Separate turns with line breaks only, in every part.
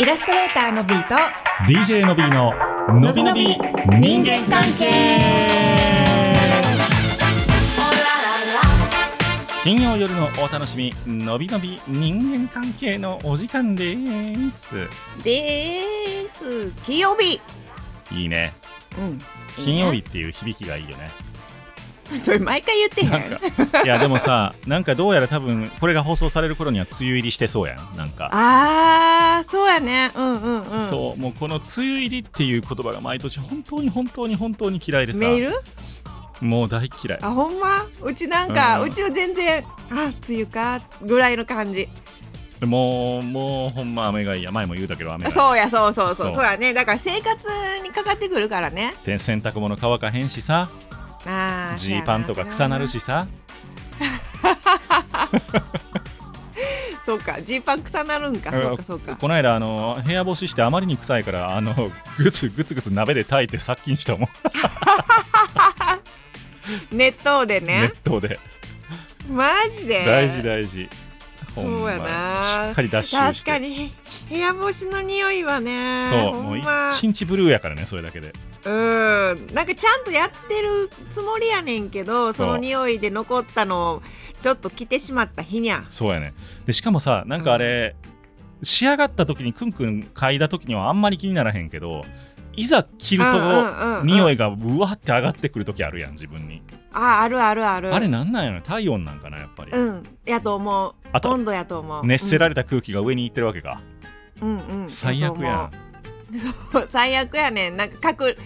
イラストレーターのビーと
DJ のびーののびのび人間関係金曜夜のお楽しみのびのび人間関係のお時間です
でーす金曜日
いいね
うん
金曜日っていう響きがいいよね
それ毎回言って
な
へ
ん
ん
かいやで もさなんかどうやら多分これが放送される頃には梅雨入りしてそうやんなんか
あーそうやねうんうんうん
そうもうこの梅雨入りっていう言葉が毎年本当に本当に本当に嫌いでさ
メール
もう大嫌い
あほんまうちなんか、
う
うんちは全然あ梅雨かぐらいの感じ
もうもうほんま雨がいいや前も言うたけど雨が
あ
いい
そうやそうそうそう
そう
そうやねだから生活にかかってくるからね
で洗濯物乾かへんしさ
あー
ジーパンとか草なるしさ
そうやなそうかジーパン草なるんかそうかそうか
この間あの部屋干ししてあまりに臭いからあのグツグツグツ鍋で炊いて殺菌したもん
熱湯でね
熱湯で
マジで
大事大事
そう
ほんま
やな
しっかり脱臭し
確か
て
にへ部屋干しの匂いはね
そう
ほ
もうん
ま
一日ブルーやからねそれだけで
うんなんかちゃんとやってるつもりやねんけどそ
そ
の
う
匂いで残ったのをちょっと着てしまった日にゃ
そうやねでしかもさなんかあれ、仕上がった時にクンクン嗅いだ時にはあんまり気にならへんけどいざ着ると、匂
い
いがうわって上がってくる時あるやん自分に、
ああるあるある
あれなんなんやろ体温なんかなやっぱり、
うんやと思う
あと
温度やと思う
熱せられた空気が上に行ってるわけか、
うんうんうん
最悪やん
と思う最悪やねんなんか隠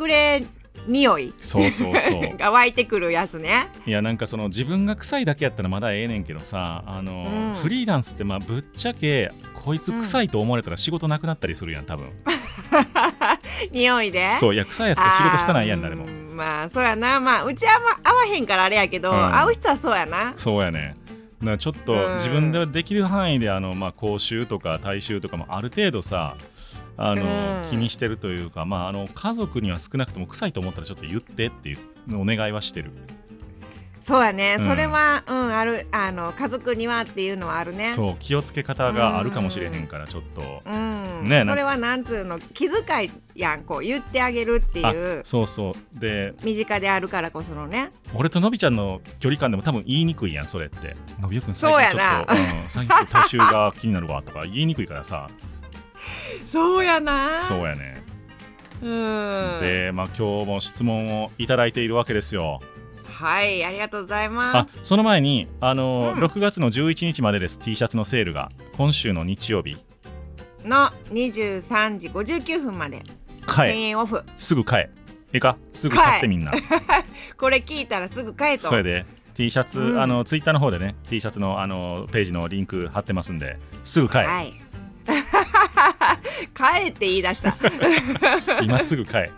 隠れ匂い
そうそ うそう
が湧いてくるやつね
いやなんかその自分が臭いだけやったらまだええねんけどさあの、
うん
フリーランスってまあぶっちゃけこいつ臭いと思われたら仕事なくなったりするやん多分、
匂いで
そういや臭いやつと仕事したないやん誰も
あーうんまあそうやなまあうちはあんま会わへんからあれやけど、
うん
会う人はそうやな
そうやねだからちょっと
うん
自分でできる範囲であの、まあ、講習とか大衆とかもある程度さあ
う
の、
ん
気にしてるというか、まあ、あの家族には少なくとも臭いと思ったらちょっと言ってっていうお願いはしてる、
そうやね、
うん
それはうんあるあの家族にはっていうのはあるねう
そう気をつけ方があるかもしれへんからちょっと、
ん
ねえなんか
それはなんつうの気遣いやんこう言ってあげるって
あ
いう
そうそうで
身近であるからこそのね
俺とのびちゃんの距離感でも多分言いにくいやんそれってのびおくん最
そうや
近ちょ
な
っと、うん、最近体臭が気になるわとか言いにくいからさ
そうやな
そうやね、
うん
でまあ今日も質問をいただいているわけですよ
はいありがとうござい
あ
ます
その前にあの、
うん
6月の11日までです T シャツのセールが今週の日曜日
の23時59分まで1000
買え
円オフ
すぐ買えええかすぐ
買え
買ってみんな
これ聞いたらすぐ帰えと
それで T シャツ、
うん
あのツイッターの方でね T シャツのあのページのリンク貼ってますんですぐ買え、
はい。 帰って言い出 した。
今すぐ買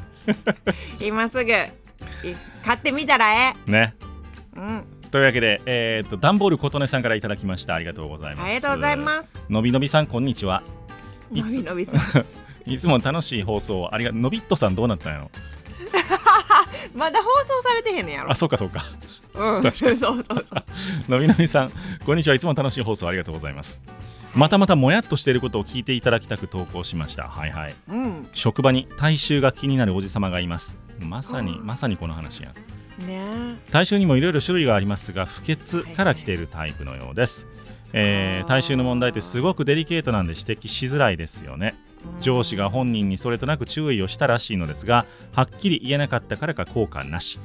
今すぐ。い買ってみたらえ
えね
え。うん。
というわけで、えー、とダンボール琴音さんからいただきましたありがとうございます
ありがとうござい
す
ます。
のびのびさんこんにちはいい
び
つ
のびさん。
いつも楽しい放送をありがのびっとさんどうなったんやろ
まだ放送されてへんのやろ
あ。そうかそうか
うん。そう そうそう。
のびのびさんこんにちはいつも楽しい放送ありがとうございますまたまたもやっとしていることを聞いていただきたく投稿しましたはいはい
うん。
職場に体臭が気になるおじさまがいますまさに
うん
まさにこの話や
ね
体臭にもいろいろ種類がありますが不潔から来ているタイプのようです、え
あー
ー、体臭の問題ってすごくデリケートなんで指摘しづらいですよね
え。うん
上司が。本人にそれとなく注意をしたらしいのですがはっきり言えなかったからか効果なし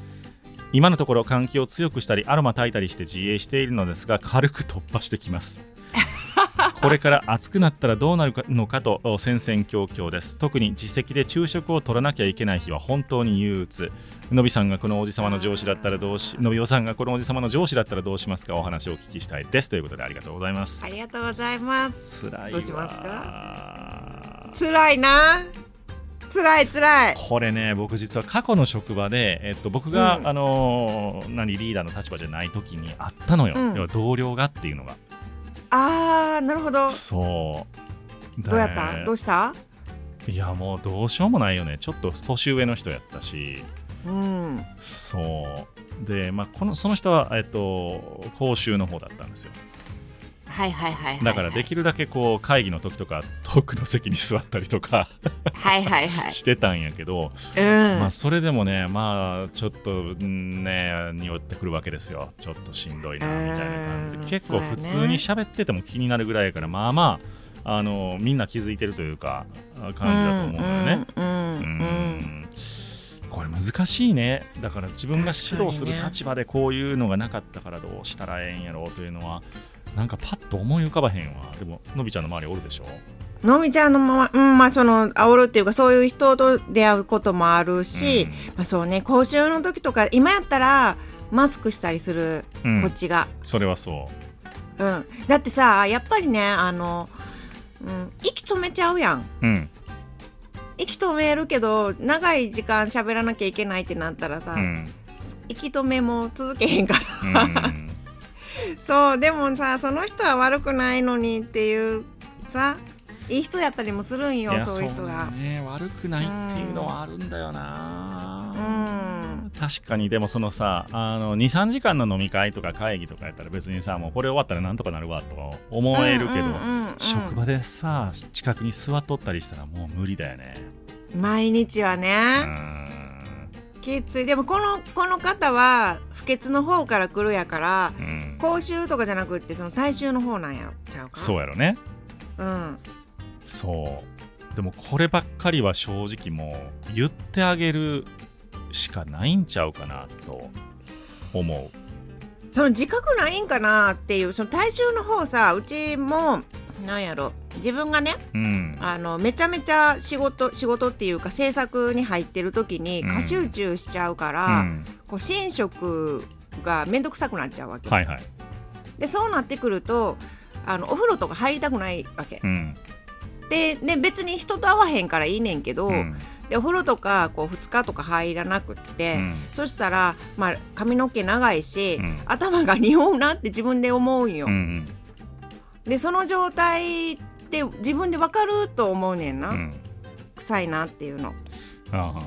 今のところ換気を強くしたりアロマ炊いたりして自衛しているのですが軽く突破してきます これから暑くなったらどうなるのかと戦々恐々です特に自責で昼食を取らなきゃいけない日は本当に憂鬱のびさんがこのおじさまの上司だったらどうしのびおさんがこのおじさまの上司だったらどうしますかお話をお聞きしたいですということでありがとうございます
ありがとうございます。
辛いわ
どうしますか辛いな。辛い辛い。
これね僕実は過去の職場で、えっと、僕が、
うん
あのー何リーダーの立場じゃない時にあったのよ、
うん
要は同僚がっていうのが
ああ、なるほど。
そう
どうやった？どう
し
した？
いやもうどうしようもないよねちょっと年上の人やったし
うん。
そうで、まあ、このその人は、えっと、講習の方だったんですよ
はいはいはいはい
だからできるだけこう会議の時とか遠くの席に座ったりとか
はいはい はい
してたんやけど、
うん、
まあそれでもねまあちょっとうんね匂ってくるわけですよちょっとしんどいなみたいな感じ
うん
で結
そ
構
うやね
普通に喋ってても気になるぐらいやからまあまああのみんな気づいてるというかあ感じだと思うんだよね。
うんうん
う
うん
んこれ難しいねだから自分が指導す
確か
る
にね
立場でこういうのがなかったからどうしたらええんやろうというのはなんかパッと思い浮かばへんわでものびちゃんの周りおるでしょ
のみちゃんのまま、うん、まあその煽るっていうかそういう人と出会うこともあるし、
うん
まあそうね講習の時とか今やったらマスクしたりする、
うん
こっちが、
それはそ
うん、だってさやっぱりねあの、うん、息止めちゃうやん
ううん
息止めるけど長い時間喋らなきゃいけないってなったらさ、
うん
息止めも続けへんから
うん
そうでもさその人は悪くないのにっていうさいい人やったりもするん
い
よそういう人が。
ね悪くないっていうのはあるんだよな、
うん
確かにでもそのさあの23時間の飲み会とか会議とかやったら別にさもうこれ終わったらなんとかなるわとは思える
うんう
けど、
んうんうん
職場でさ近くに座っとったりしたらもう無理だよね
毎日は
う
ね、
ん
きついでもこのこの方は不潔の方から来るやから
うん
口臭とかじゃなくってその体臭の方なんやろちゃうか
そうやろね
うん
そうでもこればっかりは正直もう言ってあげるしかないんちゃうかなと思う
その自覚ないんかなっていうその体臭の方さうちもなんやろ自分がね
うん
あのめちゃめちゃ仕事仕事っていうか制作に入ってる時に
うん
過集中しちゃうか
う
ら、
ん、
こう寝食が面倒くさくなっちゃうわけ、
はいはい
でそうなってくるとあのお風呂とか入りたくないわけ
うん
でね別に人と会わへんからいいねんけど、
うん
でお風呂とかこう2日とか入らなくって、
うん
そしたら、まあ、髪の毛長いし、
うん
頭が匂うなって自分で思うんよ、
うん
でその状態で自分で分かると思うねんな、
うん
臭いなっていうの
ああ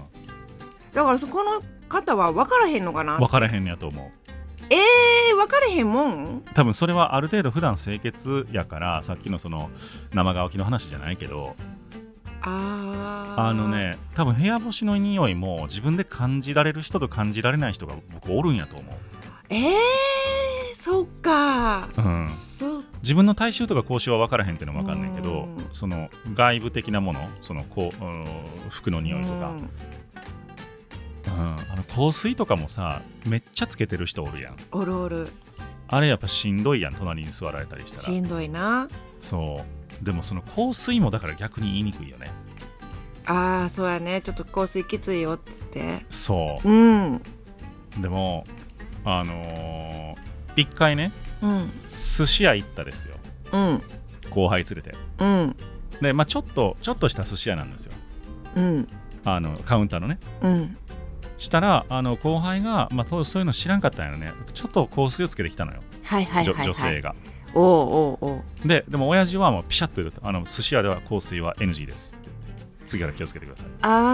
だからそこの方は分からへんのかな
分からへんのやと思う
えー、分からへんもん
多分それはある程度普段清潔やからさっきのその生乾きの話じゃないけど
あー
あのね多分部屋干しの匂いも自分で感じられる人と感じられない人が僕おるんやと思う、
えー、そっか
うん、
そっ
自分の体臭とか口臭は分からへんっていうのは分かんないけど
うん
その外部的なものそのこううん服の匂いとか、
うん
うんあの香水とかもさめっちゃつけてる人おるやん
おるおる
あれやっぱしんどいやん隣に座られたりした
し
ら
んどいな
そうでもその香水もだから逆に言いにくいよね
あーそうやねちょっと香水きついよっつって
そう
うん
でもあのー、一回ね
うん
寿司屋行ったですよ
うん
後輩連れて
うん
でまあちょっとちょっとした寿司屋なんですよ
うん
あのカウンターのね
うん
したらあの後輩が、まあ、そうそういうの知らんかったんやろねちょっと香水をつけてきたのよ、
はいはいはい、
じょ
はい、
女性が
おうおうおう
ででも親父はもうピシャッと言うとあの寿司屋では香水は NG ですって言って次から気をつけてください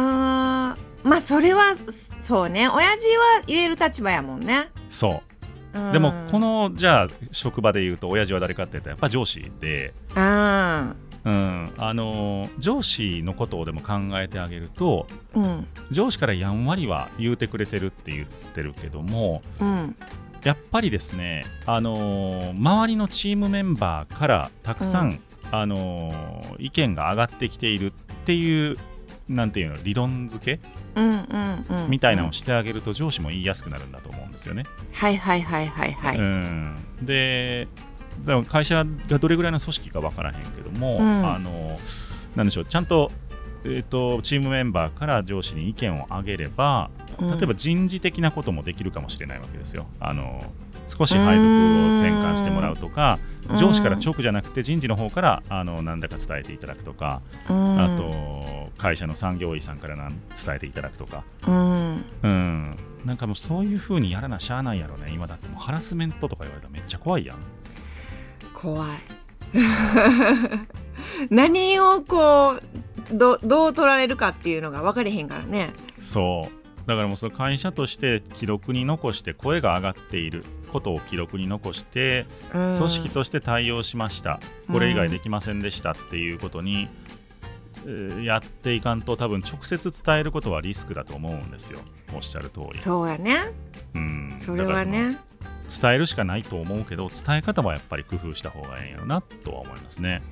あーまあそれはそうね親父は言える立場やもんね、
そ
うん、
うでもこのじゃあ職場で言うと親父は誰かって言ったらやっぱ上司で
あ
うんあのー上司のことをでも考えてあげると
ーうん
上司からやんわりは言うてくれてるって言ってるけども
うん
やっぱりですね、あのー周りのチームメンバーからたくさん、
う
あのー意見が上がってきているっていうなんていうの理論付け
うんうんうん
みたいなのをしてあげると上司も言いやすくなるんだと思うんですよね。
はいはいはいはいはい
うん、ででも会社がどれぐらいの組織かわからへんけども、
うん
あのなんでしょうちゃんと,、えー、とチームメンバーから上司に意見をあげれば
うん
例えば人事的なこともできるかもしれないわけですよ。あの少し配属を転換してもらうとか
うん
上司から直じゃなくて人事の方からあの何だか伝えていただくとか、
うん
あと会社の産業医さんからなん伝えていただくとか、
うん
うん、なんかもうそういう風にやらなしゃあないやろね今だってもうハラスメントとか言われたらめっちゃ怖いやん
怖い 何をこうどどう取られるかっていうのが分かれへんからね
そうだからもうその会社として記録に残して声が上がっていることを記録に残して、
うん
組織として対応しましたこれ以外できませんでしたっていうことに、えーやっていかんと多分直接伝えることはリスクだと思うんですよおっしゃる通り
そうやね
うん
それ
だから
はね
伝えるしかないと思うけど伝え方はやっぱり工夫した方がええんやろなとは思いますね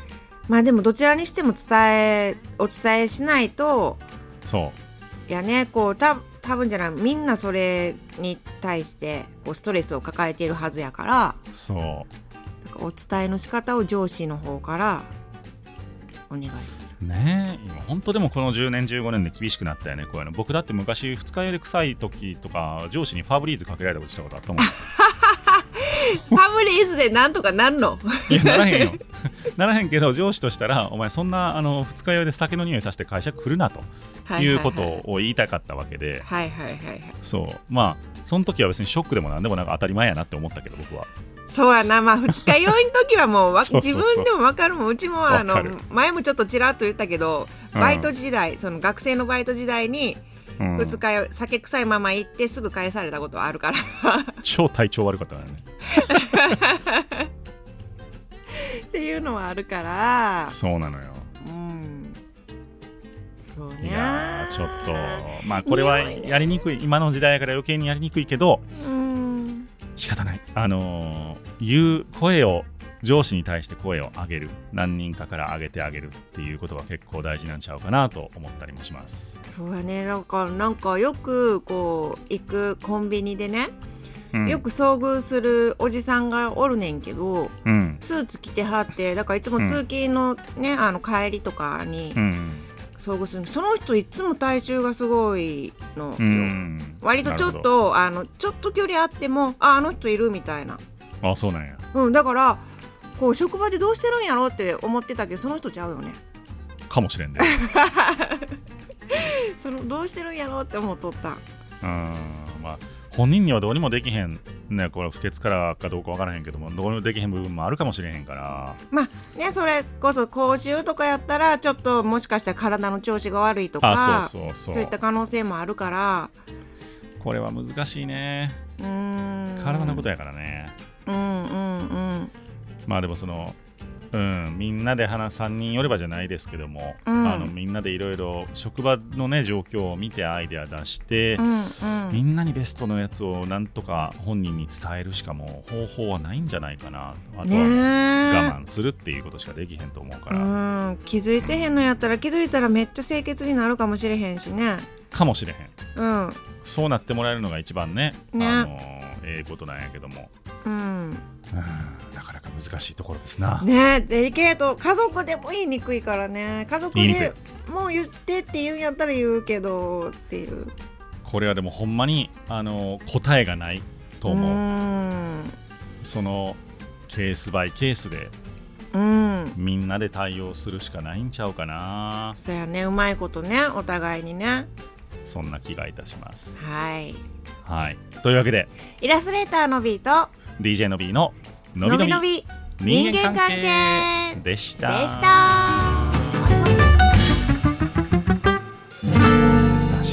まあでもどちらにしても伝えお伝えしないと
そ
いやねこうた多分じゃないみんなそれに対してこうストレスを抱えているはずやから
うそ
なんかお伝えの仕方を上司の方からお願いする
うねえ今本当でもこの10年15年で厳しくなったよねこういうの僕だって昔二日酔いで臭い時とか上司にファブリーズかけられたことしたことあったもん
ファブリーズでなんとかなんの
いやならへんよ ならへんけど上司としたらお前そんなあの二日酔いで酒の匂いさせて会社来るなと
は
いうことを言いたかったわけで、
はいはいはいはい
そうまあその時は別にショックでも何でもなんか当たり前やなって思ったけど僕は
そうやなまあ二日酔いの時はもうわ
そうそうそう
自分でも分かるもんうちもあの
わかる
前もちょっとちらっと言ったけど
うん
バイト時代、その学生のバイト時代に
うん
二日酔い、酒臭いまま行ってすぐ返されたことある から
超体調悪かったからね
っていうのはあるから
そうなのよ
うんそうね
いやーちょっとまあこれはやりにくい今の時代やから余計にやりにくいけど
うん
仕方ないあのー言う声を上司に対して声を上げる何人かから上げてあげるっていうことが結構大事なんちゃうかなと思ったりもします
そうやねなんかなんかよくこう行くコンビニでね、
うん
よく遭遇するおじさんがおるねんけど
うん
スーツ着てはってだからいつも
うん
通勤のね、あの帰りとかに
うん
遭遇するその人いつも体臭がすごいのよ、
うん
割とちょっ
なる
とあのちょっと距離あってもああの人いるみたいな、
ほどあそうな んや
うん、だからこう職場でどうしてるんやろって思ってたけどその人ちゃうよね
かもしれんね
そのどうしてるんやろって思っとった
うーんまあ本人にはどうにもできへんねこれ不潔からかどうかわからへんけどもどうにもできへん部分もあるかもしれへんから
まあねそれこそ講習とかやったらちょっともしかしたら体の調子が悪いとか
あそうそう
そう
そ
いうった可能性もあるから
これは難しいね
うーん
体のこと
や
やからね
うんうんうん
まあでもそのうん、みんなで話3人よればじゃないですけども、
うん
あのみんなでいろいろ職場のね状況を見てアイデア出して
う、んう
み
ん
んなにベストのやつをなんとか本人に伝えるしかもう方法はないんじゃないかなあと
ね
は
え
我慢するっていうことしかできへんと思うから、
うん気づいてへんのやったら気づいたらめっちゃ清潔になるかもしれへんしね
かもしれへん
うん
そうなってもらえるのが一番ね、
ね
あのーええことなんやけども、
うん
うんなかなか難しいところですな。
ねえデリケート家族でも言いにくいからね家族
言いにくい
でもう言ってって言うんやったら言うけどっていう
これはでもほんまに、あのー答えがないと
う
思う。
ん
そのケースバイケースで
うん
みんなで対応するしかないんちゃうかな。
そうやねうまいことねお互いにね
そんな気がいたします。
はい
はい、というわけで
イラストレーターのビーと
DJ の B の「の
の
び
び
の
の
び
び
人間関
人間
係」
関
でし
で
た。
した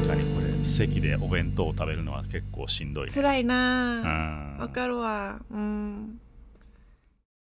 確かにこれ席でお弁当を食べるのは結構しんどいね。
辛いなあ
うん
わかるわうん